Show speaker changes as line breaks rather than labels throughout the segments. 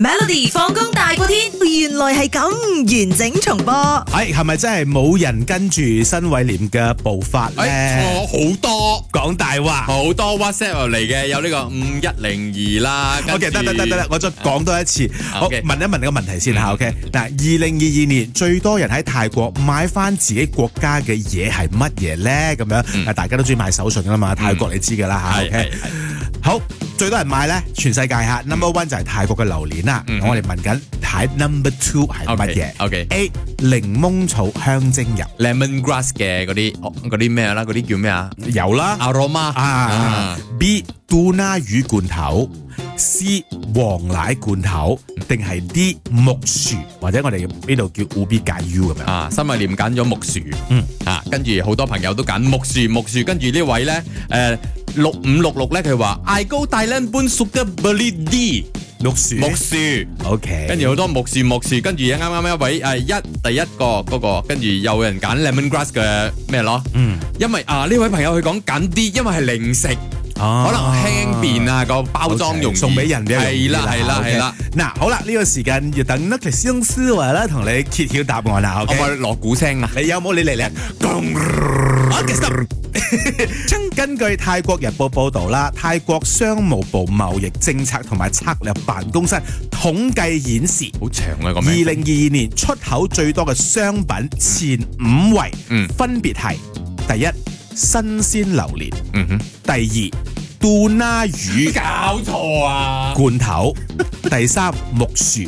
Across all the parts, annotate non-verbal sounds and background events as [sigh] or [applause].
Melody 放工大過天，原來係咁完整重播。
係哎係咪真係冇人跟住新偉廉嘅步伐咧？
誒，哎錯好多
講大話。
好多 WhatsApp 入嚟嘅，有呢個五一零二啦。
[laughs]
跟
OK，
住啊
得得得得得，我再講多一次。好，
OK 嗯
問一問你個問題先嚇。OK，嗱，二零二二年最多人喺泰國買翻自己國家嘅嘢係乜嘢咧？咁樣，
嗯
啊大家都中意買手信噶啦嘛，泰國你知噶啦嚇。
係
OK
係。係
好，最多人買咧，全世界嚇，number one 就係泰國嘅榴蓮啦。
嗯
我哋問緊睇 number two 係乜嘢
OK，OK
？A 檸檬草香精油
lemon grass 嘅嗰啲哦嗰啲咩啦，嗰啲叫咩啊
[laughs] 有啦。
？aroma
啊，B 杜拉魚罐頭，C 黃奶罐頭，定係 D 木薯，或者我哋呢度叫 U B 介 U 咁樣。
啊，新米廉揀咗木薯，
嗯
啊，跟住好多朋友都揀木薯，木薯跟住呢位咧，誒六五六六咧，佢話 I go Thailand 搬 super b e l y D
木薯
木薯，
O K，
跟住好多木薯木薯，跟住啱啱一位誒一第一個嗰個，跟住有人揀 lemon grass 嘅咩咯？
嗯，
因為啊呢位朋友佢講揀 D，因為係零食，可
可
能輕便啊個包裝容易，
哦送俾人比較容易
係啦係啦係啦，。
OK 嗱，好啦，呢個時間要等 Nick 先思維啦，同你揭曉答案啦。O
我咪
K，
落鼓聲啊！
你有冇你嚟嚟？根據泰國日報報導啦，泰國商務部貿易政策同埋策略辦公室統計顯示，
好長啊個
二
名
零。二二年出口最多嘅商品前五位，
嗯
分別係第一新鮮榴蓮，
嗯哼，
第二杜拉魚 [laughs]
搞錯啊！
罐頭，第三木薯，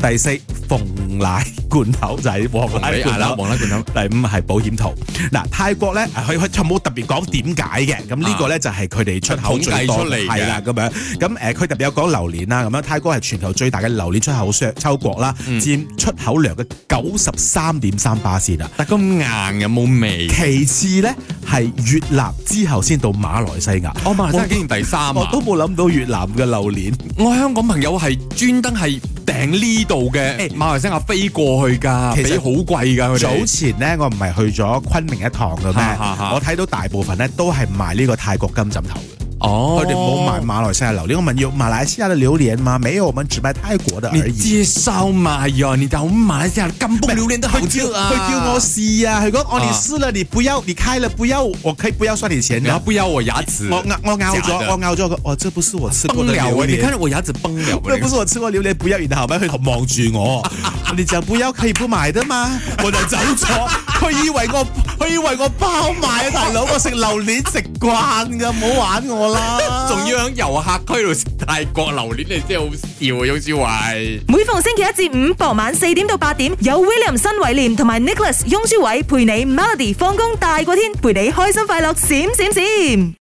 第四鳳奶罐頭就哎係黃奶罐頭。
黃奶罐頭。
第五係保險套。嗱，泰國咧，佢佢就冇特別講點解嘅。咁呢個咧就係佢哋出口最多
統計出嚟嘅
係啦咁樣。咁誒，佢特別有講榴蓮啦，咁樣泰國係全球最大嘅榴蓮出口商抽國啦，
嗯
佔出口量嘅九十三點三巴仙啊。
但咁硬有冇味？
其次咧係越南之後先到馬來西亞。
我馬來西亞竟然第三
我
啊
都！冇諗到越南嘅榴蓮。
我香港朋友係專登係訂呢度嘅
誒
馬來西亞飛過去㗎，
其實
俾好貴㗎佢
早
哋。
前咧，我唔係去咗昆明一趟嘅咩
嚇嚇？嚇
我睇到大部分咧都係賣呢個泰國金枕頭嘅。
哦
佢哋冇賣馬來西亞榴蓮，我問要馬來西亞嘅榴蓮嗎？沒有，我們只賣泰國的而已。
你接受埋呀？你就馬來西亞金卜榴蓮都好
佢叫
招啊！
哎佢叫我試啊！佢講我
啊
你試了，你不要，你開了不要，我可以不要算你錢
你要
的。
不要我牙齒？
我咬我咬
假
咗，
的
我咬咗個，哦，這不是我吃過
崩
的
了
榴
啊！你
蓮
看。我牙齒崩了啊。
那哎不是我吃過榴蓮，不要你的好嗎？佢望住 [laughs] 我，你就不要可以不買的嘛， [laughs] 我就走咗。佢以為我， [laughs] 佢以為我包買啊，大佬，我食榴蓮食慣噶，唔好玩我 [laughs] 啦。
仲要喺遊客 [laughs] 區度食泰國榴蓮，你真係好笑啊！翁志偉。
每逢星期一至五傍晚四點到八點，有 William 新偉廉同埋 Nicholas 雍舒偉陪你 Melody 放工大過天，陪你開心快樂閃閃閃。